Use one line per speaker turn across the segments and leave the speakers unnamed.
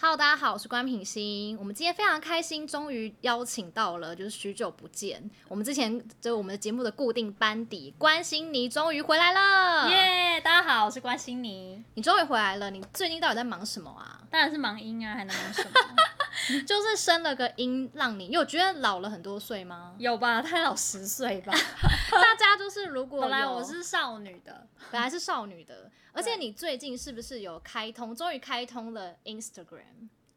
Hello，大家好，我是关品欣。我们今天非常开心，终于邀请到了，就是许久不见，我们之前就是我们的节目的固定班底关心你终于回来了，
耶大家好，我是关心妮。
你终于回来了，你最近到底在忙什么啊？
当然是忙音啊，还能忙什么？
就是生了个音，让你有觉得老了很多岁吗？
有吧？太老十岁 吧。
大家就是如果
本来
有
我是少女的，
本来是少女 的，而且你最近是不是有开通，终于开通了 Instagram？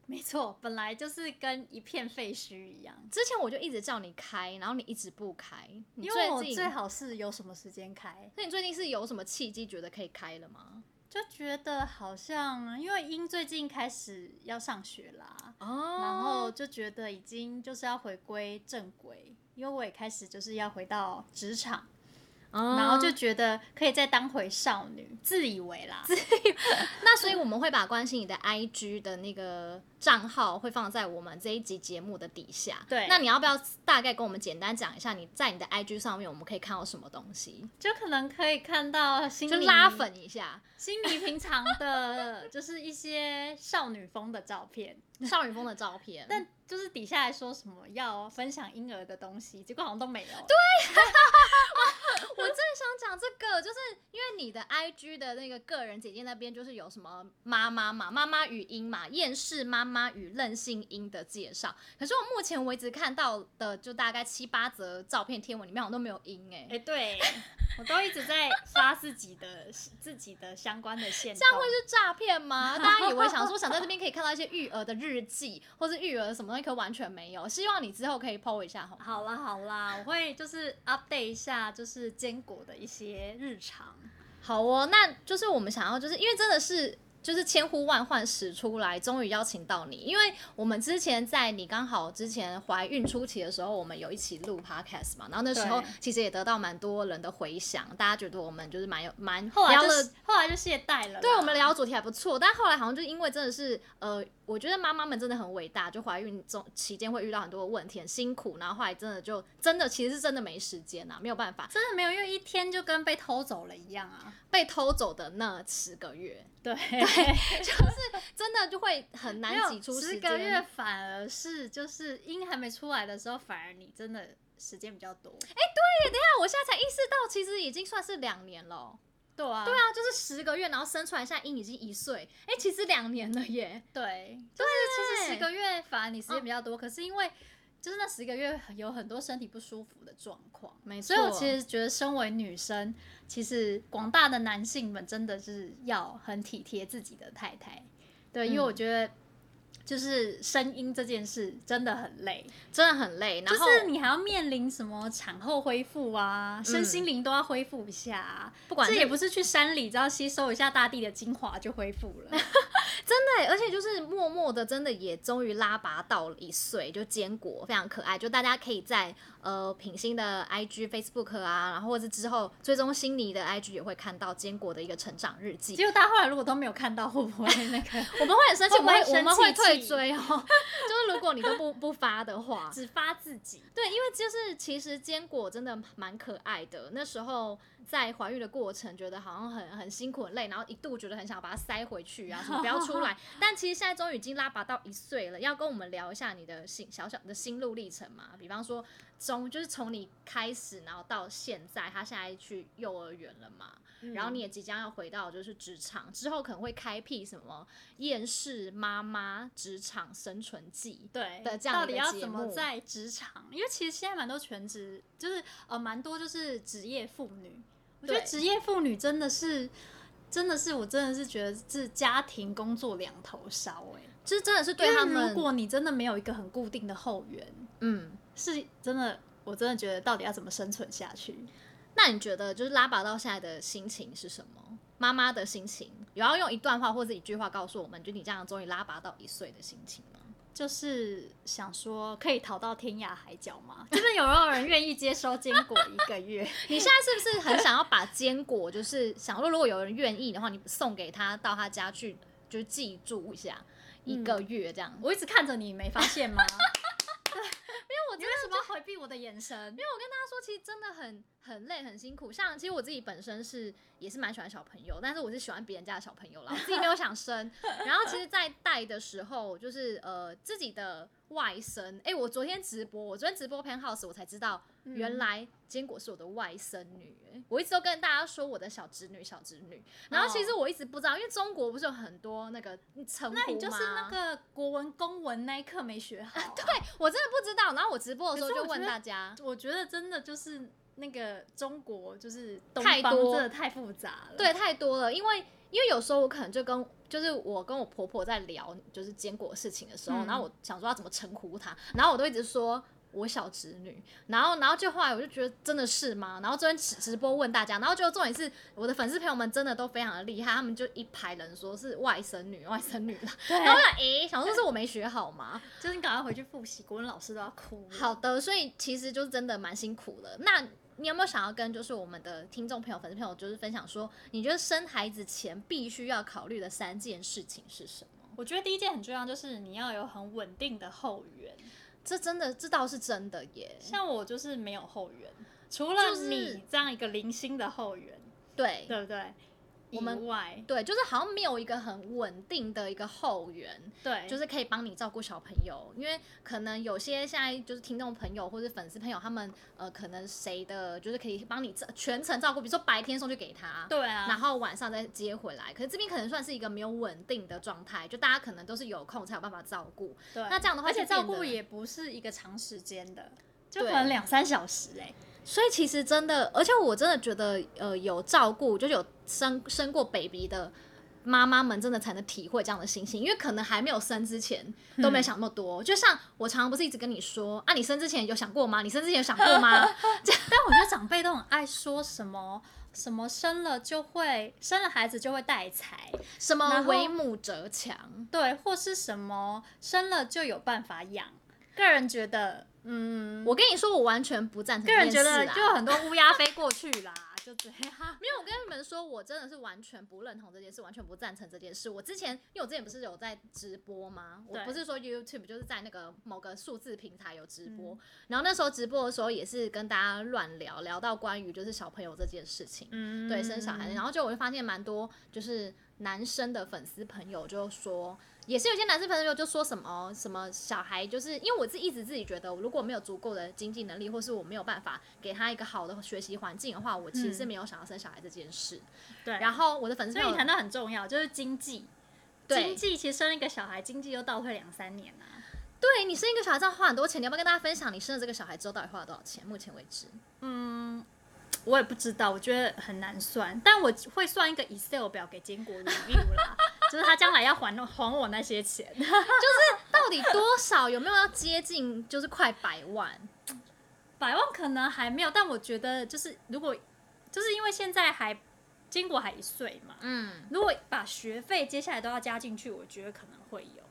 没错，本来就是跟一片废墟一样。
之前我就一直叫你开，然后你一直不开，你
因为我
最近
最好是有什么时间开，
那你最近是有什么契机觉得可以开了吗？
就觉得好像因为英最近开始要上学啦，
哦
然后就觉得已经就是要回归正轨，因为我也开始就是要回到职场，然
然
后就觉得可以再当回少女，自以为啦，
那所以我们会把关心你的 IG 的那个账号会放在我们这一集节目的底下。
对
那你要不要大概跟我们简单讲一下你在你的 IG 上面我们可以看到什么东西？
就可能可以看到心
就
里
拉粉一 下
心里平常的， 就是一些少女风的照片，
少女风的照片。
但就是底下还说什么要分享婴儿的东西，结果好像都没有。
我正想讲这个，就是因为你的 IG 的那个个人简介那边就是有什么妈妈嘛、妈妈语音嘛、厌世妈妈与任性音的介绍。可是我目前为止看到的就大概七八则照片贴文里面好像都没有音哎、
哎、对我都一直在发自己的自己的相关的线，这样会
这是诈骗吗？ 大家以为想说想在这边可以看到一些育儿的日记，或是育儿什么东西，可完全没有。希望你之后可以 PO 一下好吗？
好啦好啦，我会就是 update 一下，就是坚果的一些日常。
好哦，那就是我们想要，就是因为真的是。就是千呼万唤始出来，终于邀请到你。因为我们之前在你刚好之前怀孕初期的时候，我们有一起录 podcast 嘛，然后那时候
对
其实也得到蛮多人的回响，大家觉得我们就是蛮有蛮
后来
聊
就
了
后来就懈怠了。
对我们。聊主题还不错，但后来好像就因为真的是，呃，我觉得妈妈们真的很伟大，就怀孕中期间会遇到很多的问题，很辛苦，然后后来真的就真的其实是真的没时间啊，没有办法
真的没有，因为一天就跟被偷走了一样啊！
被偷走的那十个月，
对，
真的就会很
没有
难挤出时
十
间。
个月，反而是就是音还没出来的时候，反而你真的时间比较多。哎、
那我现在才意识到，其实已经算是两年了哦。
对啊，
对啊，就是十个月，然后生出来，现在英已经一岁，哎、其实两年了耶。
对，就是其实十个月反而你
嗯
时间比较多，可是因为就是那十个月有很多身体不舒服的状况，
没
所以我
错
其实觉得身为女生，其实广大的男性们真的是要很体贴自己的太太，对，因为
嗯
我觉得。就是声音这件事真的很累，
真的很累，然
就
后
是你还要面临什么产后恢复啊，身
嗯
心灵都要恢复一下、啊。
不管
这
是
也不是去山里，只要吸收一下大地的精华就恢复 了。
对，而且就是默默的，真的也终于拉拔到了一岁，就坚果非常可爱。就大家可以在呃品心的 IG、Facebook 啊，然后或是之后追踪心仪的 IG 也会看到坚果的一个成长日记。
结果大家后来如果都没有看到，会不会 那个
我们会很生气，
会
我们
不会
会我们会
生气
退追哦。 就是如果你都不不发的话，
只发自己？
对，因为就是其实坚果真的蛮可爱的。那时候在怀孕的过程，觉得好像很很辛苦很累，然后一度觉得很想把它塞回去啊，什么不要 出来。但其实现在终于已经拉拔到一岁了，要跟我们聊一下你的心小小的心路历程嘛。比方说从就是从你开始，然后到现在，他现在去幼儿园了嘛，
嗯
然后你也即将要回到就是职场，之后可能会开辟什么厌世妈妈职场生存记。
对
的这样的
到底
一个
要
节
怎么
目
在职场？因为其实现在蛮多全职，就是呃蛮多就是职业妇女。我觉得
对
职业妇女真的是，真的是我真的是觉得是家庭工作两头烧哎、
这真的是
因
对
为
他们，
如果你真的没有一个很固定的后援，
嗯，
是真的，我真的觉得到底要怎么生存下去？
那你觉得就是拉拔到现在的心情是什么？妈妈的心情，也要用一段话或者一句话告诉我们，就你这样终于拉拔到一岁的心情吗？
就是想说可以逃到天涯海角吗？就是有没有人愿意接收坚果一个月？
你现在是不是很想要把坚果，就是想说如果有人愿意的话，你送给他到他家去，就寄住一下一个月这样？
我一直看着你，没发现 吗？对，因为我你为什么要回避我的眼神？
因为我跟大家说，其实真的很很累很辛苦。像其实我自己本身是也是蛮喜欢小朋友，但是我是喜欢别人家的小朋友啦，我自己没有想生。然后其实，在带的时候，就是呃自己的外甥，哎、我昨天直播，我昨天直播 Penthouse，我才知道
嗯
原来坚果是我的外甥女、哎我一直都跟大家说我的小侄女，小侄女。然后其实我一直不知道，因为中国不是有很多那个称呼吗？
哦那你就是那个国文公文那一课没学好、 啊。
对我真的不知道。然后我直播的时候
可是
就
我
问
觉得
大家，
我觉得真的就是那个中国就是东
太
方
多
真的太复杂了。
对，太多了，因为因为有时候我可能就跟就是我跟我婆婆在聊就是坚果的事情的时候，
嗯
然后我想说要怎么称呼她，然后我都一直说。我小侄女，然后，然后就后来我就觉得真的是吗？然后昨天直直播问大家，然后就重点是我的粉丝朋友们真的都非常的厉害，他们就一排人说是外甥女，外甥女啦。
对，
然后我想，诶、想说是我没学好吗？
就是你赶快回去复习，国文老师都要哭了。
好的，所以其实就真的蛮辛苦的。那你有没有想要跟就是我们的听众朋友、粉丝朋友，就是分享说，你觉得生孩子前必须要考虑的三件事情是什么？
我觉得第一件很重要，就是你要有很稳定的后援。
这真的，这倒是真的耶。
像我就是没有后援，除了
就是
你这样一个零星的后援，
对
对不对？
我们
以外，
对，就是好像没有一个很稳定的一个后援，
对，
就是是可以帮你照顾小朋友，因为可能有些现在就是听众朋友或者粉丝朋友，他们呃，可能谁的就是可以帮你照全程照顾，比如说白天送去给他，
对啊。
然后晚上再接回来。可是这边可能算是一个没有稳定的状态，就大家可能都是有空才有办法照顾。
对，
那这样的话
而且
就变
照
得
顾也不是一个长时间的，就
对
可能两三小时哎、
所以其实真的，而且我真的觉得，呃，有照顾就是有生生过 baby 的。妈妈们真的才能体会这样的心情，因为可能还没有生之前
嗯
都没想那么多。就像我常常不是一直跟你说啊，你生之前有想过吗？你生之前有想过 吗？
但我觉得长辈都很爱说什么什么生了就会生了孩子就会带财，
什么
然后
为母则强，
对，或是什么生了就有办法养。个人觉得，嗯，
我跟你说，我完全不赞成这
个
件
人
事
觉
啊。
得就有很多乌鸦飞过去啦，就这样。
没有，我跟你们说，我真的是完全不认同这件事，完全不赞成这件事。我之前，因为我之前不是有在直播吗？我
对
不是说 YouTube，就是在那个某个数字平台有直播。
嗯
然后那时候直播的时候，也是跟大家乱聊，聊到关于就是小朋友这件事情，
嗯
对生小孩。然后就我就发现蛮多就是男生的粉丝朋友就说。也是有些男生朋友就说什么什么小孩，就是因为我自己一直自己觉得，如果没有足够的经济能力，或是我没有办法给他一个好的学习环境的话，我其实是
嗯
没有想要生小孩这件事。
对，
然后我的粉丝
所以
朋
你
友
谈到很重要，就是经济。
对
经济其实生一个小孩，经济又倒退两三年啊。
对你生一个小孩这样花很多钱，你要不要跟大家分享你生了这个小孩之后到底花了多少钱？目前为止，
嗯，我也不知道，我觉得很难算，但我会算一个 Excel 表给坚果 review 啦， 就是他将来要还还我那些钱。
到底多少有没有要接近就是快百万？
百万可能还没有，但我觉得就是如果就是因为现在还坚果还一岁嘛，
嗯，
如果把学费接下来都要加进去，我觉得可能会有，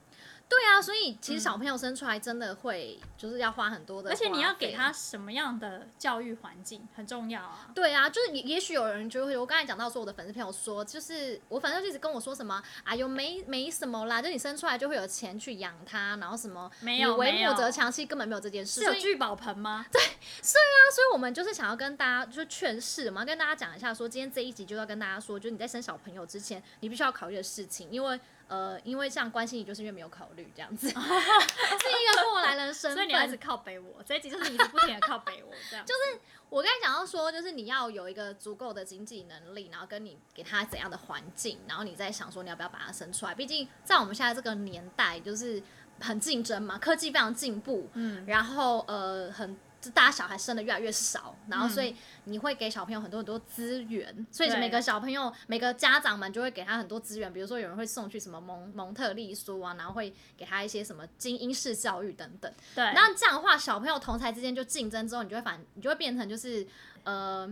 对啊，所以其实小朋友生出来真的会就是要花很多的，
嗯而且你要给他。什么样的教育环境很重要啊。
对啊，就是也也许有人就会，我刚才讲到说，我的粉丝朋友说，就是我反正就一直跟我说什么，哎呦没没什么啦，就你生出来就会有钱去养他，然后什么
没有
你为
没
母
有
则强，其实根本没有这件事，
是啊有
所以
聚宝盆吗？
所以我们就是想要跟大家就是劝世，我们要跟大家讲一下说今天这一集就要跟大家说，就是你在生小朋友之前，你必须要考虑的事情，因为呃，因为像关心你，就是因为没有考虑这样 子，是一个过来人的身
所以你要一直
份。
靠北我，这一集就是你一直不停的靠北我， 这样就是
我刚才讲到说，就是你要有一个足够的经济能力，然后跟你给他怎样的环境，然后你再想说你要不要把他生出来。毕竟在我们现在这个年代，就是很竞争嘛，科技非常进步，
嗯，
然后呃，很就大家小孩生的越来越少，然后所以你会给小朋友很多很多资源，所以
嗯对
每个小朋友每个家长们就会给他很多资源，比如说有人会送去什么蒙蒙特利书啊，然后会给他一些什么精英式教育等等。
对，
那这样的话，小朋友同才之间就竞争之后，你就会反，你就会变成就是呃。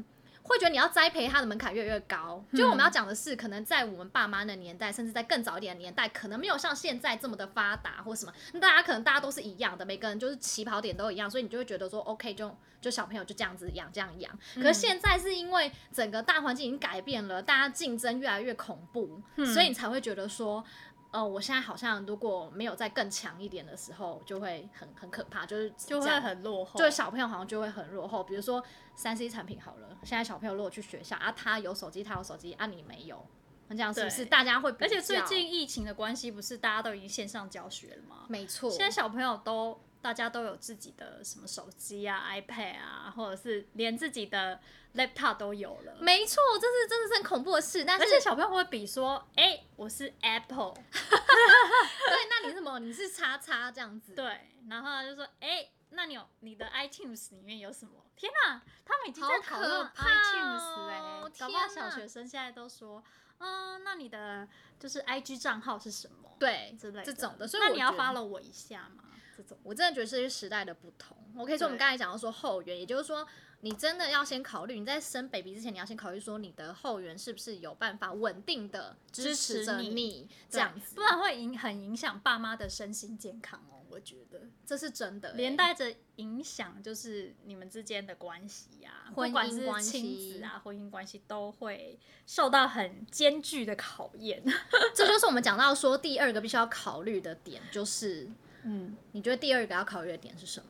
会觉得你要栽培他的门槛越来越高，就我们要讲的是，可能在我们爸妈的年代，甚至在更早一点的年代，可能没有像现在这么的发达或什么，那大家可能大家都是一样的，每个人就是起跑点都一样，所以你就会觉得说，OK，就就小朋友就这样子养，这样养。可
嗯
是现在是因为
嗯
整个大环境已经改变了，大家竞争越来越恐怖，所以你才会觉得说，呃，我现在好像如果没有再更强一点的时候，就会很很可怕，就是
就
这样
会很落后。
就是小朋友好像就会很落后。比如说三 C 产品好了，现在小朋友如果去学校啊，他有手机，他有手机啊，你没有，那这样是不是
对
大家会比较？
而且最近疫情的关系，不是大家都已经线上教学了吗？
没错，
现在小朋友都大家都有自己的什么手机啊、iPad 啊，或者是连自己的 laptop 都有了。
没错，这是真的是很恐怖的事。但
而
是
且小朋友会比说，哎、我是 Apple，
对，那你是什么？你是叉叉这样子？，
对，然后他就说，哎、那你有你的 iTunes 里面有什么？天哪、他们已经在
好
讨论
可怕
iTunes 哎、
哦
搞不好
天哪
小学生现在都说，嗯，那你的就是 IG 账号是什么？
对
之类
这种的，
的，
所以
那
我
你要
觉得
follow 我一下吗？这种
我真的觉得这是时代的不同。我可以说，我们
对
刚才讲到说后援，也就是说，你真的要先考虑，你在生 baby 之前，你要先考虑说你的后援是不是有办法稳定的支
支
持
持
着
你
你，这样
不
子，
然会影很影响爸妈的身心健康哦。我觉得
这是真的欸、
连带着影响就是你们之间的关系呀、
婚
不管
姻关系
是亲子啊、婚姻关系都会受到很艰巨的考验。
这就是我们讲到说第二个必须要考虑的点，就是
嗯，
你觉得第二个要考虑的点是什么？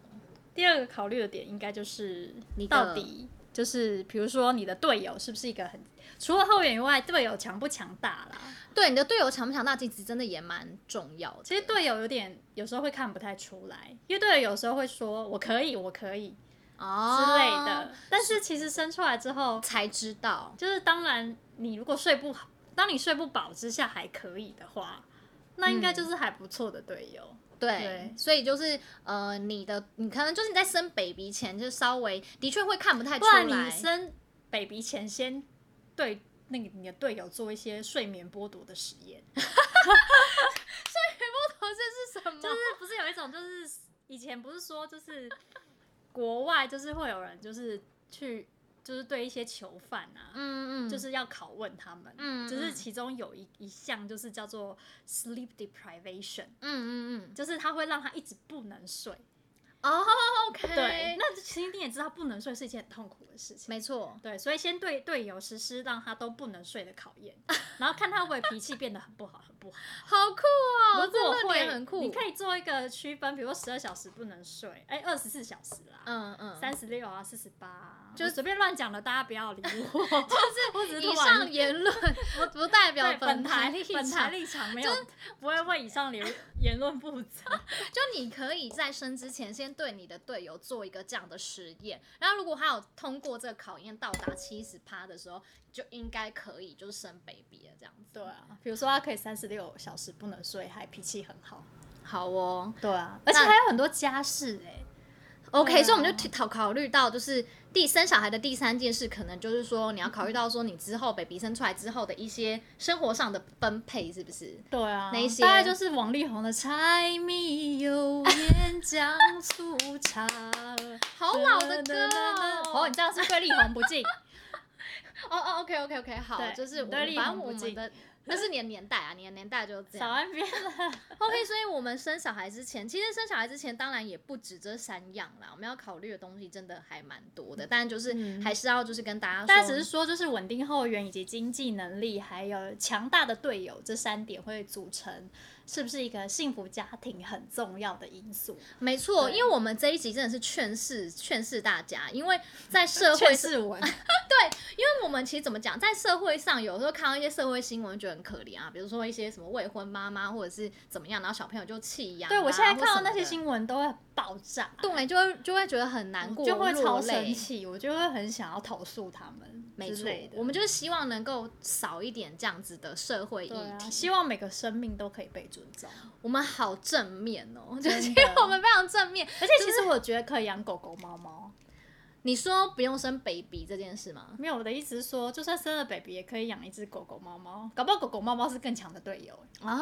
第二个考虑的点应该就是
你的
到底就是比如说你的队友是不是一个很除了后援以外，队友强不强大啦？
对你的队友强不强大，其实真的也蛮重要的。
其实队友有点有时候会看不太出来，因为队友有时候会说我可以，我可以
哦
之类的，但是其实生出来之后，
才知道，
就是当然，你如果睡不好，当你睡不饱之下还可以的话，那应该就是还不错的队
嗯
友。
对，
对
所以就是呃，你的你可能就是你在生 baby 前，就稍微的确会看不太出
不然
来
你。生 baby 前先对那个你的队友做一些睡眠剥夺的实验，
头这是什么？
就是不是有一种就是以前不是说就是国外就是会有人就是去就是对一些囚犯啊，
嗯嗯，
就是要拷问他们。
嗯，
就是
嗯
其中有一一项就是叫做 sleep deprivation，
嗯嗯
就是它会让他一直不能睡，
嗯，哦，OK，
对，，那其实你也知道，不能睡是一件很痛苦的事情。
没错，
对，所以先对队友实施让他都不能睡的考验， 然后看他会不会脾气变得很不好，很不好。
好酷哦，
如果
这论
会，
点很酷，
你可以做一个区分，比如说十二小时不能睡，哎，二十四小时啦，
嗯嗯，
三十六啊，四十八啊，
就
就是随便乱讲的，大家不要理我。 就是我只是突
以
然
上言论 不不代表
对本
台
台
立
本台
场。
立场没有不会为以上言言论负责。
就你可以在生之前先对你的队友做一个这样的实验，然后如果他有通过这个考验到达七十趴的时候，就应该可以就是生 baby 了这样子。
对，啊，比如说他可以三十六小时不能睡，还脾气很好。
好哦。
对啊，
那
而且还有很多家事哎、
OK，、
对啊
所以我们就提考考虑到，就是第生小孩的第三件事，可能就是说你要考虑到说你之后 baby 生出来之后的一些生活上的分配，是不是？
对啊
那一些，
大概就是王力宏的《柴米油盐酱醋茶》
好老的歌哦。
哦，你这样是不是对力宏不 敬。
哦哦，OK OK OK，好，
对
就是我
你对
们
立
反
很
正
不
我们
敬
的那是你的年代啊，你的年代就是这
少
样。
安别了，
啊 OK，所以我们生小孩之前，其实生小孩之前当然也不止这三样啦，我们要考虑的东西真的还蛮多的，但就是
嗯
还是要就是跟大家说，
大家只是说就是稳定后援以及经济能力，还有强大的队友这三点会组成是不是一个幸福家庭很重要的因素？
没错，
对
因为我们这一集真的是劝世劝世大家，因为在 社会
确是我
因为我们其实怎么讲，在社会上有时候看到一些社会新闻，觉得很可怜啊，比如说一些什么未婚妈妈或者是怎么样，然后小朋友就弃养啊、
对我现在
或
看
什
到
么
那些
的，
新闻都会爆炸，
对，就会就会觉得很难过，
就会超
落泪
生气，我就会很想要投诉他们
没
之
错
类，的
我们就是希望能够少一点这样子的社会议
对啊，
题。
希望每个生命都可以被尊 重。
我们好正面哦， 就
真的
是我们非常正面。
而且其实我觉得可以养狗狗、猫猫。
你说不用生 baby 这件事吗？
没有，我的意思是说，就算生了 baby，也可以养一只狗狗、猫猫。搞不好狗狗、猫猫是更强的队友。
啊，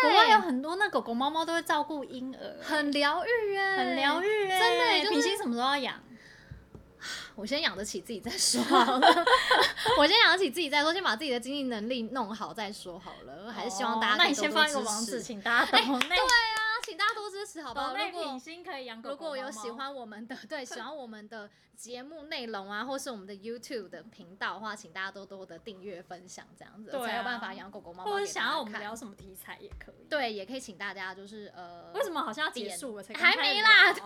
国外有很多那狗狗、猫猫都会照顾婴儿，
很疗愈耶，
很疗
愈。
愈欸。
真的就是
平心什么时候要养？
我先养得起自己再说好了，我先养得起自己再说，先把自己的经济能力弄好再说好了。还是希望大家
哦那
可以
你
多
先
多
放
支持、
一 个网址，请大家懂内。
啊，请大家多支持好不好？
宝
如
贝
果
品心可以养狗狗
如果有
猫猫
喜欢我们的， 对，喜欢我们的节目内容啊，或是我们的 YouTube 的频道的话，请大家多多的订阅、分享，这样子、
对啊
才有办法养狗狗、猫猫。
或者想要我们聊
聊，
什么题材也可以。，
对，也可以请大家就是呃，
为什么好像要结束了才
还
刚开始
没啦
聊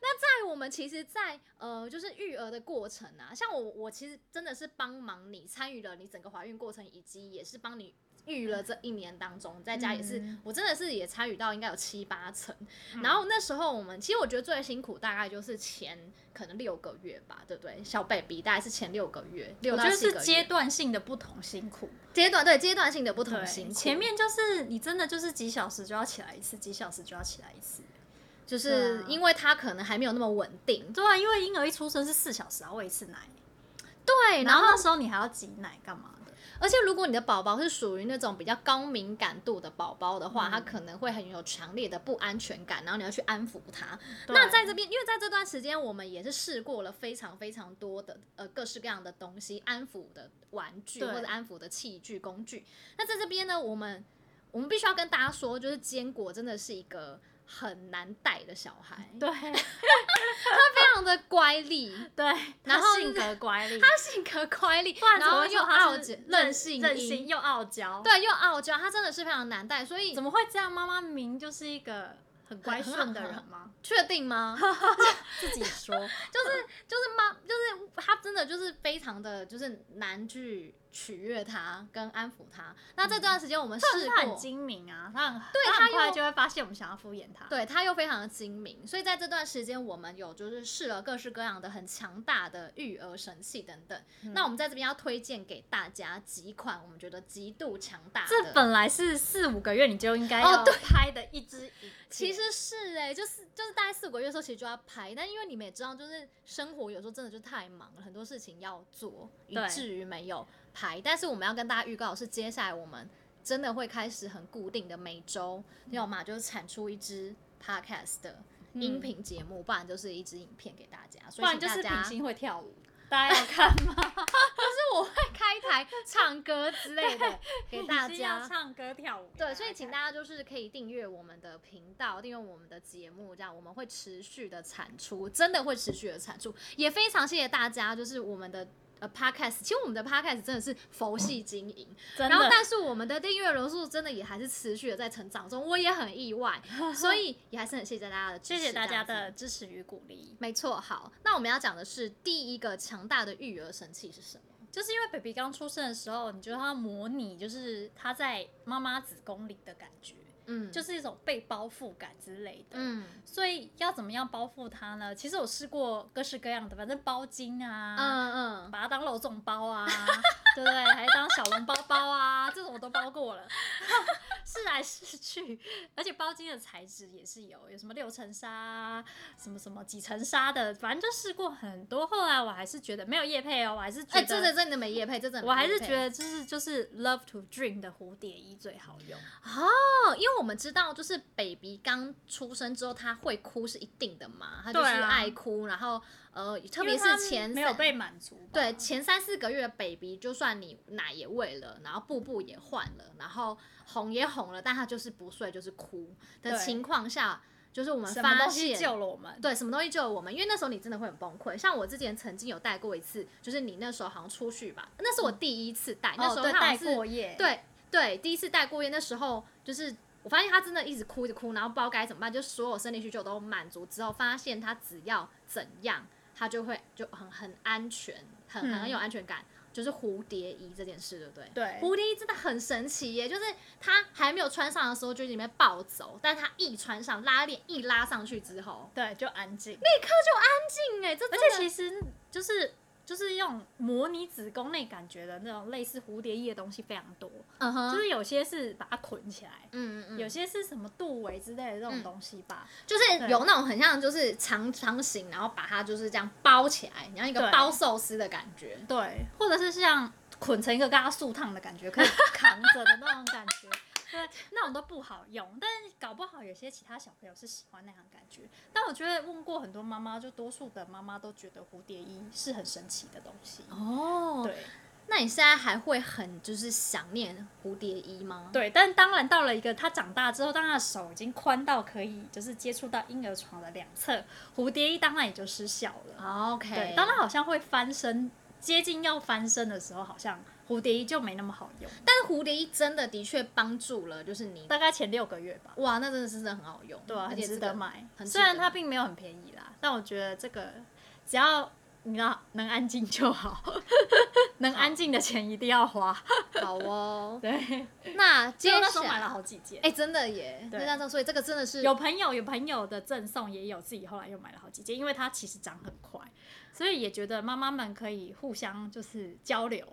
在我们其实在，呃，就是育儿的过程啊，像我，我其实真的是帮忙你参与了你整个怀孕过程，以及也是帮你育了这一年当中，在家也是，
嗯
我真的是也参与到应该有七八成。
嗯
然后那时候我们，其实我觉得最辛苦大概就是前可能六个月吧，对不对？小 baby 大概是前六个月，六
我
到
觉得
七
是
个
阶
月
段性的不同辛苦，
阶段对阶段性的不同
对，
辛苦，
前面就是你真的就是几小时就要起来一次，几小时就要起来一次。
就是
对啊
因为他可能还没有那么稳定，
对啊，因为婴儿一出生是四小时要啊喂一次奶，
对，
哎然
然
后
后
那时候你还要挤奶干嘛的？
而且如果你的宝宝是属于那种比较高敏感度的宝宝的话，
嗯
他可能会很有强烈的不安全感，然后你要去安抚他。那
对
在这边，因为在这段时间，我们也是试过了非常非常多的呃各式各样的东西，安抚的玩具
对
或者安抚的器具工具。那在这边呢，我们我们必须要跟大家说，就是坚果真的是一个很难带的小孩，
对
非常的乖戾，
对，
然
然
后
后性格乖戾，
他性格乖戾，
不然怎
然
么
后
会
又
说他
傲
是
娇、
任
性、
任性又傲娇？
对，啊又傲娇，他真的是非常难带，所以
怎么会这样？妈妈明就是一个很乖顺的人吗？
确定吗？
自己 说，
就是就是妈，就是他真的就是非常的就是难去取悦他跟安抚他。那这段时间我们试
嗯他很
过，
精明啊，他很
对
他
他
很快
又
就会发现我们想要敷衍他。
对他又非常的精明，所以在这段时间我们有就是试了各式各样的很强大的育儿神器等等。
嗯
那我们在这边要推荐给大家几款我们觉得极度强大的，
这本来是四五个月你就应该
哦
要拍的一支影片，
其实是哎、就是就是大概四五个月的时候，其实就要拍，但因为你们也知道，就是生活有时候真的就太忙了，很多事情要做，以
对
至于没有拍。但是我们要跟大家预告的是，接下来我们真的会开始很固定的每周，要么就是产出一支 podcast 的音频节目，不然就是一支影片给大家。
嗯不
所以
然
请
就
大
是
家
品心会跳舞，大 家要看吗？
就是我会开台唱歌之类的 给大
品心要
家。
唱歌跳舞，
对，所以请大
家
家就是可以订阅我们的频道，订阅我们的节目，这样我们会持续的产出，真的会持续的产出，也非常谢谢大家，就是我们的。呃，podcast，其实我们的 podcast 真的是佛系经营，
看
然后
真的
但是我们的订阅人数真的也还是持续的在成长中，我也很意 外，所以也还是很谢谢大家的支
谢
持，
谢大
这
家
样子
的支持与鼓励。
没错，好，那我们要讲的是第一个强大的育儿神器是什么？
就是因为 baby 刚出生的时候，你觉得他模拟就是他在妈妈子宫里的感觉，
嗯，
就是是一种被包覆感之类的。
嗯
所以要怎么样包覆它呢？其实我试过各式各样的，反正包巾啊，
嗯嗯，
把它当肉粽包啊，对不对？还当小笼包包啊，这种我都包过了， 试来试去。而且包巾的材质也是有，有什么六层纱啊，什么什么几层纱的，反正就试过很多。后来我还是觉得没有叶配哦，我还是觉
哎、
得，
这这真的没业配，这真的没
我还是
业配
觉得就是就是 Love to Dream 的蝴蝶衣最好用。
哦，因为我们知道，就是 baby 刚出生之后，他会哭是一定的嘛，他就是
对啊
爱哭，然后呃，特别
因为
是
它
前
没有
三
被满足吧，
对前三四个月的 baby，就算你奶也喂了，然后布布也换了，然后哄也哄了，但他就是不睡，就是哭的
对
情况下，就是我们
什么
发
东西
现
救了我们？
对，什么东西救了我们？因为那时候你真的会很崩溃。像我之前曾经有带过一次，就是你那时候好像出去吧，那是我第一次带，那时
嗯哦
候
对
他好
带
像是
过夜，
对对，第一次带过夜，那时候就是我发现他真的一直哭一直哭，然后不知道该怎么办，就所有生理需求都满足之后，发现他只要怎样，他就会就很很安全，很很很有安全感。就是蝴蝶衣这件事，对不对？
对
蝴蝶衣真的很神奇耶！就是他还没有穿上的时候就已经被暴走，但他一穿上，拉链一拉上去之后，
对，就安静。
静哎，这
而
真
且
的
其实就是就是用模拟子宫内感觉的那种类似蝴蝶翼的东西非常多，
嗯哼，
就是有些是把它捆起来，
嗯嗯嗯，
有些是什么肚围之类的这
嗯
种东西吧。
就是
对
有那种很像就是长长形，然后把它就是这样包起来，然后一个
对
包寿司的感觉。
对，或者是像捆成一个跟它速烫的 感觉，可以扛着的那种感觉。对，那种都不好用，但是搞不好有些其他小朋友是喜欢那样的感觉。但我觉得问过很多妈妈，就多数的妈妈都觉得蝴蝶衣是很神奇的东西。
哦，
对，
那你现在还会很就是想念蝴蝶衣吗？
对，但当然到了一个他长大之后，当他的手已经宽到可以就是接触到婴儿床的两侧，蝴蝶衣当然也就失效了。
o k
对，当他好像会翻身，接近要翻身的时候，好像蝴蝶衣就没那么好用。
但是蝴蝶衣真的的确帮助了，就是你
大概前六个月吧。
哇，那真的是真的很好用，
对啊，
而
很
且
值
这
得
个
买。
很值
虽然
得
它并没有很便宜啦，但我觉得这个只要你知道能安静就好， 能安静的钱一定要花。
好 哦。
对，
那接下来
结果那时候买了好几件。
哎、真的耶，
对
那张照，所以这个真的是
有朋友有朋友的赠送，也有自己后来又买了好几件，因为它其实长很快，所以也觉得妈妈们可以互相就是交流。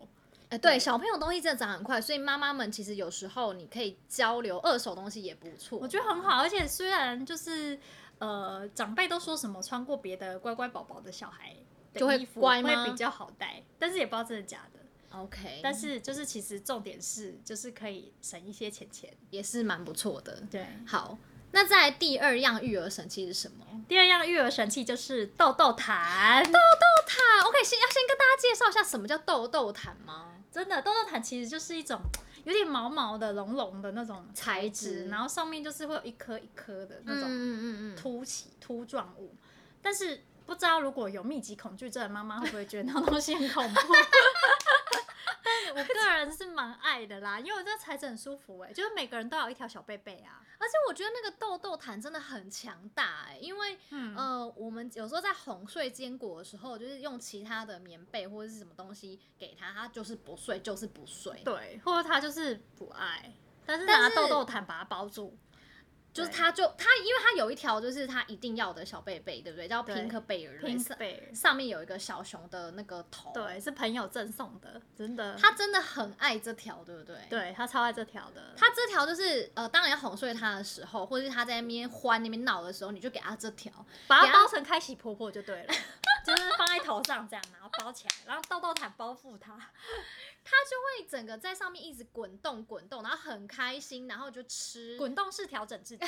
哎、对，
对
小朋友东西真的长很快，所以妈妈们其实有时候你可以交流二手东西也不错。
我觉得很好，而且虽然就是呃，长辈都说什么穿过别的乖乖宝宝的小孩的
就会
衣服
乖吗嗯
会比较好带，但是也不知道真的假的。
OK，
但是就是其实重点是，就是可以省一些钱钱。
也是蛮不错的。
对，
好，那在第二样育儿神器是什么？
第二样育儿神器就是豆豆毯。
啊，OK，先要先跟大家介绍一下什么叫豆豆毯吗？
真的，豆豆毯其实就是一种有点毛毛的、绒绒的那种
材
材
质
质，然后上面就是会有一颗一颗的那种
嗯嗯嗯嗯，
凸起、凸状物。但是不知道如果有密集恐惧症的妈妈会不会觉得那东西很恐怖？ 但我个人是蛮爱的啦，因为我这个材质很舒服哎、就是每个人都有一条小贝贝啊。
而且我觉得那个豆豆毯真的很强大哎、因为
嗯
呃，我们有时候在哄睡坚果的时候，就是用其他的棉被或者是什么东西给他，他就是不睡，就是不睡，
对，或者他就是不爱，但是
但
拿
是
豆豆毯把它包住，
就是
对
他就他，因为他有一条就是他一定要的小贝贝，对不对？叫
对
pink 贝尔类
Pink
似，
Bear
上面有一个小熊的那个头，，
对，是朋友赠送的，真的，
他真的很爱这条，对不对？。
对他超爱这条的，
他这条就是呃，当你要哄睡他的时候，或者是他在那边欢、那边闹的时候，你就给他这条。
把
给
它
他
包成开喜婆婆就对了， 就是放在头上这样，然后包起来，然后豆豆毯包覆它，
会整个在上面一直滚动滚动，然后很开心，然后就吃。
滚动式调整自己，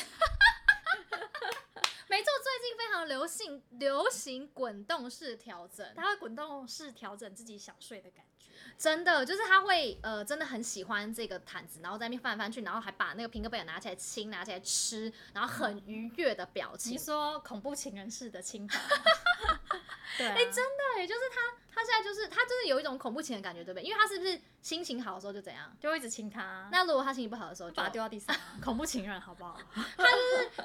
没错，最近非常流行流行滚动式调整，
它会滚动式调整自己想睡的感觉，
真的就是他会呃真的很喜欢这个毯子，然后在那边翻来翻去，然后还把那个平克贝尔拿起来亲，拿起来吃，然后
嗯
很愉悦的表情
你。说恐怖情人式的亲法吗，对、 啊，
哎、真的耶，就是他他现在就是他真的有一种恐怖情人的感觉，对不对？因为他是不是心情好的时候就怎样？
就会一直亲它，
那如果他心情不好的时候就，
把它丢到地上啊，恐怖情人好不好？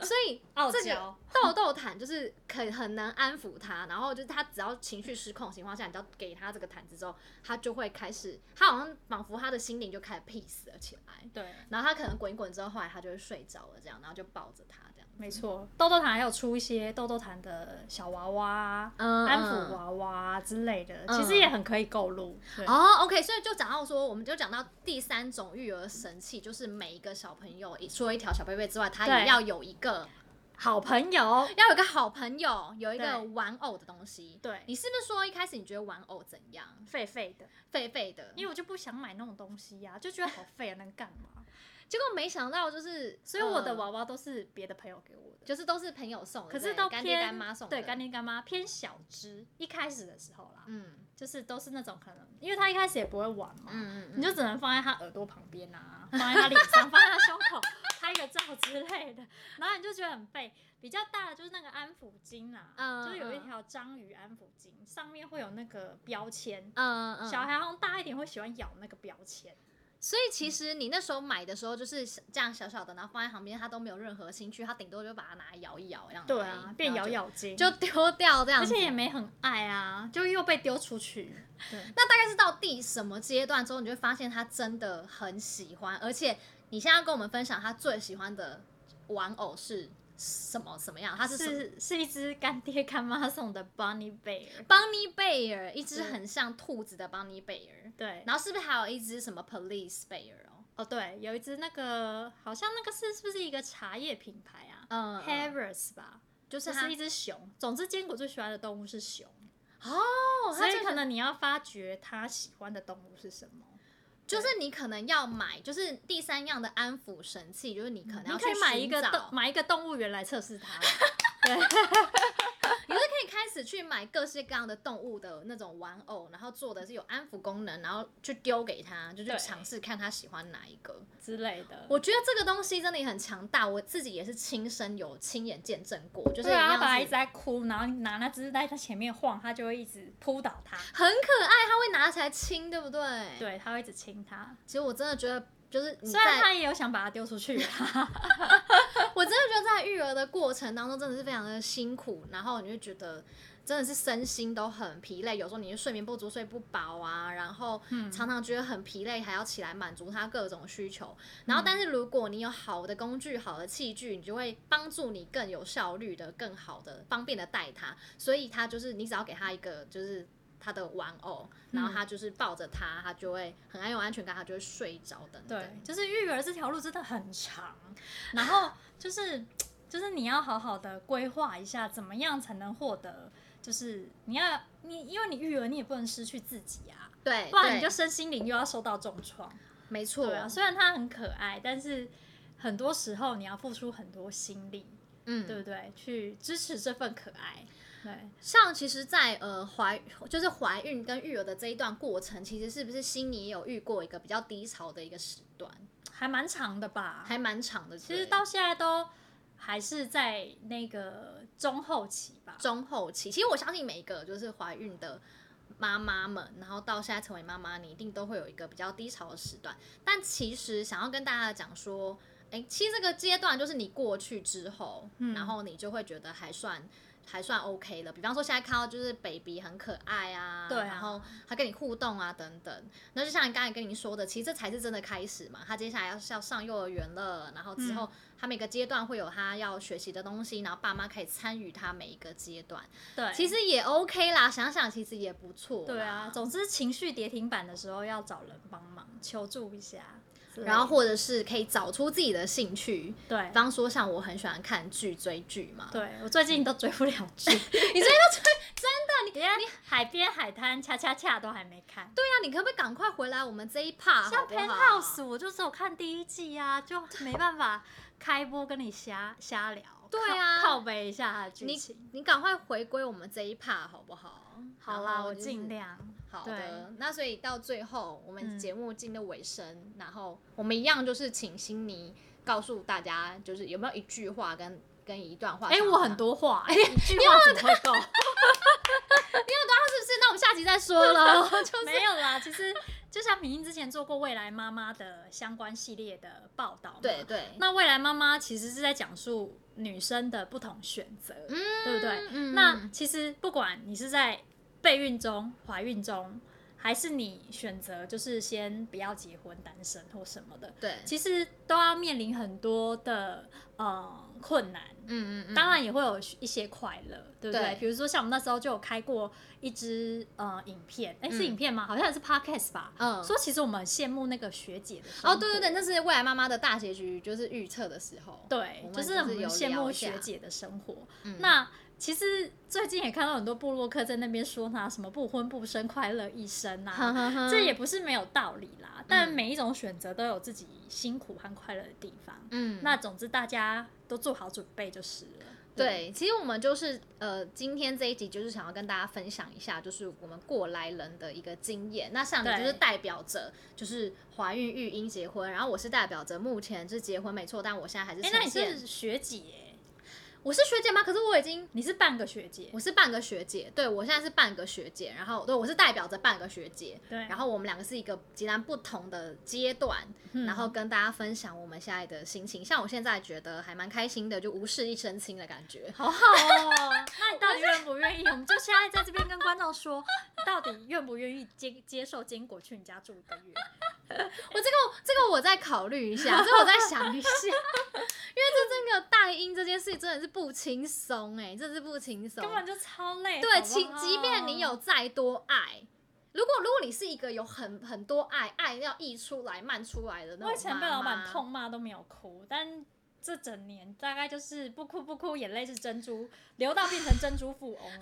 所以
傲
这
娇。
个豆豆毯就是可很能安抚他，然后就是他只要情绪失控的情况下，你只要给他这个毯子之后，他就会开始，他好像仿佛他的心灵就开始 peace 了起来。
对，
然后他可能滚一滚之后，后来他就会睡着了，这样，然后就抱着他这样，
没错，豆豆糖还有出一些豆豆糖的小娃娃、
嗯
安抚娃娃之类的，
嗯
其实也很可以购入。对
哦，OK，所以就讲到说，我们就讲到第三种育儿神器，就是每一个小朋友除了一条小贝贝之外，他也
对
要有一个
好朋友，
要有一个好朋友，有一个
对
玩偶的东西。
对，
你是不是说一开始你觉得玩偶怎样，
废废的，
废废的？
因为我就不想买那种东西呀、就觉得好废啊，能干嘛？
结果没想到就是，
所以我的
呃
娃娃都是别的朋友给我的，
就是都是朋友送的，
嗯可
对
是
不对
都
干爹
偏
干妈送的，
对干爹干妈偏小只，一开始的时候啦，
嗯
就是都是那种可能，因为他一开始也不会玩嘛，
嗯嗯嗯，
你就只能放在他耳朵旁边啊，放在他脸上，放在他胸口拍个照之类的，然后你就觉得很背。比较大的就是那个安抚巾啊，
嗯
就是有一条章鱼安抚巾，上面会有那个标签。
嗯嗯嗯
小孩嗯好像大一点会喜欢咬那个标签，
所以其实你那时候买的时候就是小这样小小的，然后放在旁边，他都没有任何兴趣，他顶多就把它拿来摇一摇这样。
对啊，变咬，咬巾，
就丢掉这样
而
子。
且也没很爱啊，就又被丢出去。对，
那大概是到第什么阶段之后，你就会发现他真的很喜欢，而且你现在要跟我们分享他最喜欢的玩偶是什么什么样？他是什么
是是一只干爹干妈送的 Bunny Bear，
邦尼贝尔，一只
是
很像兔子的邦尼贝尔，
对，
然后是不是还有一只什么 police 贝尔哦？
哦对，有一只那个好像那个是是不是一个茶叶品牌啊？
嗯，嗯
Harris 吧，
就
这
是他
是一只熊。总之，坚果最喜欢的动物是熊，
哦，
所
他
以
就
可能你要发掘它喜欢的动物是什么。
就是你可能要买，就是第三样的安抚神器，就是你可能
你
要
可以
去
买一个
寻找
动买一个动物园来测试它，
你就可以开始去买各式各样的动物的那种玩偶，然后做的是有安抚功能，然后去丢给他，就去
对
尝试看他喜欢哪一个。
之类的。
我觉得这个东西真的也很强大，我自己也是亲身有亲眼见证过，就是一
对啊，他
样
本来一
是
直在哭，然后你拿那只在他前面晃，他就会一直扑倒他，
很可爱，他会拿起来亲，对不对？。
对他会一直亲他。
其实我真的觉得，就是你
虽然
在，
他也有想把他丢出去，啊
我真的觉得在育儿的过程当中，真的是非常的辛苦，然后你就觉得真的是身心都很疲累，有时候你就睡眠不足、睡不饱啊，然后
嗯
常常觉得很疲累，还要起来满足他各种需求。然后，
嗯
但是如果你有好的工具、好的器具，你就会帮助你更有效率的、更好的、方便的带他。所以，他就是你只要给他一个就是。他的玩偶，然
嗯
后他就是抱着他，他就会很很有安全感，他就会睡着等等。
对，就是育儿这条路真的很长，然后就是就是你要好好的规划一下，怎么样才能获得，就是你要你因为你育儿，你也不能失去自己啊，
对，
不然
对
你就身心灵又要受到重创。
没错，
对啊，虽然它很可爱，但是很多时候你要付出很多心力，
嗯，
对不对？去支持这份可爱。对，
像其实在，呃怀就是怀孕跟育儿的这一段过程，其实是不是心里也有遇过一个比较低潮的一个时段，
还蛮长的吧？
还蛮长的。
其
对
实到现在都还是在那个中后期吧。
中后期，其实我相信每一个就是怀孕的妈妈们，然后到现在成为妈妈，你一定都会有一个比较低潮的时段。但其实想要跟大家讲说，哎、其实这个阶段就是你过去之后，
嗯
然后你就会觉得还算。还算 OK 了，比方说现在看到就是 baby 很可爱啊，
对啊
然后他跟你互动啊等等，那就像刚才跟您说的，其实这才是真的开始嘛。他接下来要是要上幼儿园了，然后
嗯
之后他每个阶段会有他要学习的东西，然后爸妈可以参与他每一个阶段，
对，
其实也 OK 啦。想想其实也不错，
对啊，。总之情绪跌停板的时候要找人帮忙，求助一下。
然后或者是可以找出自己的兴趣，
对
比方说像我很喜欢看剧追剧嘛，
对，我最近都追不了 剧，
你最近都追，
你连海边海滩恰恰恰都还没看。
对呀、你可不可以赶快回来我们这一 part 好
像
不好
Penthouse 我就只有看第一季啊，就没办法开播跟你瞎瞎聊。
对
靠
啊
靠背一下它的剧
你
情。
你赶快回归我们这一 part 好不好？
好
然
啦，
后
我
就是
尽量。
好
对
的，那所以到最后，我们
嗯
节目进入尾声，然后我们一样就是请心妮告诉大家，就是有没有一句话跟跟一段话？
哎、我很，多 话、哎，一句
你
话怎么会够？
那是不是？那我们下集再说 喽。就是
没有啦，其实就像米英之前做过未来妈妈的相关系列的报道嘛，
对对，
那未来妈妈其实是在讲述女生的不同选择，对不对？
嗯
那其实不管你是在备孕中、怀孕中，还是你选择就是先不要结婚、单身或什么的，
对，
其实都要面临很多的呃困难。
嗯嗯嗯，
当然也会有一些快乐，对不对？
对
比如说像我们那时候就有开过一支呃影片，哎、是
嗯
影片吗？好像也是 podcast 吧。
嗯
说其实我们很羡慕那个学姐的生
哦，对对对，
活
那是未来妈妈的大结局，就是预测的时候。我
对，
们
就是很
有
羡
聊
慕
一下
学，姐的生活。
嗯
那其实最近也看到很多部落客在那边说她什么不婚不生快乐一生 啊，这也不是没有道理
嗯
啦。但每一种选择都有自己辛苦和快乐的地方。
嗯
那总之大家都做好准备就是了。
对，其实我们就是呃，今天这一集就是想要跟大家分享一下，就是我们过来人的一个经验。那像你
对
就是代表着就是怀孕、育婴、结婚，然后我是代表着目前是结婚没错，但我现在还是
哎、那
呈
你
现。
是学姐、
我是学姐吗？可是我已经
你是半个学姐，
我是半个学姐，对我现在是半个学姐，然后对我是代表着半个学姐，
对
然后我们两个是一个截然不同的阶段，
嗯
然后跟大家分享我们现在的心情。像我现在觉得还蛮开心的，就无事一身轻的感觉。
好好哦。那你到底愿不愿意？我们就现在在这边跟观众说，到底愿不愿意接接受坚果去你家住一个月？
我这个这个我再考虑一下，这个我再想一下，因为这这个带音这件事真的是不轻松哎，真的是不轻松
根。本啊就超累。
对，
好不
即
好
即便你有再多爱，如果如果你是一个有很很多爱，爱要溢出来、漫出来的那种
我以前被
妈
老板
妈
痛骂都没有哭，但这整年大概就是不哭不哭，眼泪是珍珠，流到变成珍珠富翁了。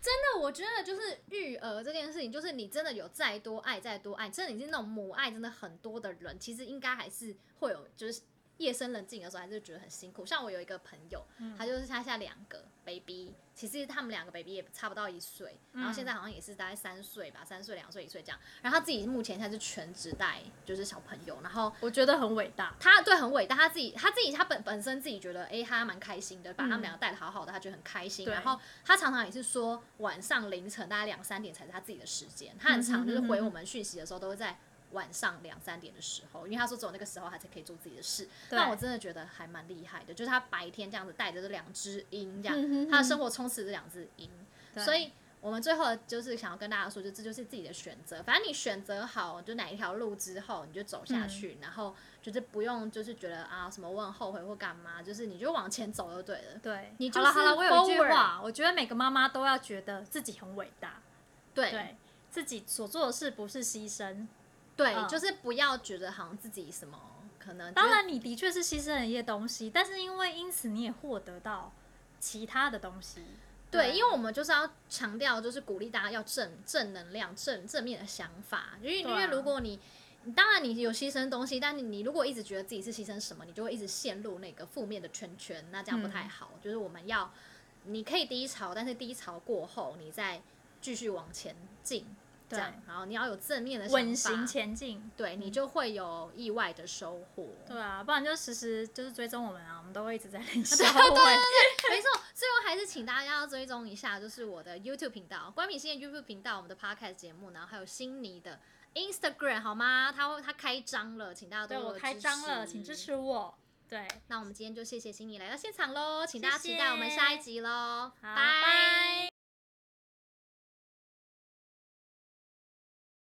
真的，我觉得就是育儿这件事情，就是你真的有再多爱，再多爱，真的你是那种母爱真的很多的人，其实应该还是会有就是夜深人静的时候，还是觉得很辛苦。像我有一个朋友，他就是他下两个 baby，其实他们两个 baby 也差不到一岁，然后现在好像也是大概三岁吧，三岁、两岁、一岁这样。然后他自己目前他是全职带就是小朋友，然后
我觉得很伟大。
他对很伟大，他自己他自己他本本身自己觉得，哎、他蛮开心的，把他们两个带的好好的，他觉得很开心。
嗯对
然后他常常也是说，晚上凌晨大概两三点才是他自己的时间，他很
嗯
常
哼
就是
嗯哼
回
嗯
我们讯息的时候都会在。晚上两三点的时候，因为他说只有那个时候他才可以做自己的事，
对
那我真的觉得还蛮厉害的。就是他白天这样子带着这两只鹰，这样、
嗯哼
他的
哼
生活充斥着两只鹰，
对
所以我们最后就是想要跟大家说，就这就是自己的选择。反正你选择好，就哪一条路之后，你就走下
嗯
去，然后就是不用就是觉得啊什么我很后悔或干嘛，就是你就往前走就对了。
对，
你
好
就
了好
是
了，我有一句
forward
话，我觉得每个妈妈都要觉得自己很伟大，
对
对自己所做的事不是牺牲。
对
嗯
就是不要觉得好像自己什么可能
当然，你的确是牺牲了一些东西，但是因为因此你也获得到其他的东西。
对，因为我们就是要强调，就是鼓励大家要正正能量、正正面的想法，因为、
对啊
因为如果你你当然你有牺牲东西，但你你如果一直觉得自己是牺牲什么，你就会一直陷入那个负面的圈圈，那这样不太好。就是我们要，你可以低潮，但是低潮过后，你再继续往前进，这
对
样，然后你要有正面的
稳
想法
行前进。
对你就会有意外的收获。
对啊，不然就时时就是追踪我们啊，我们都会一直在 联系。
啊
对，
没错，最后还是请大家要追踪一下，就是我的 YouTube 频道，关敏欣的 YouTube 频道，我们的 Podcast 节目，然后还有悉尼的 Instagram 好吗？他会他开张了，请大家
对
多多
我开
支
张了，请支。持我。对，
那我们今天就谢谢悉尼来到现场喽，请大家
谢谢
期待我们下一集喽，
好
拜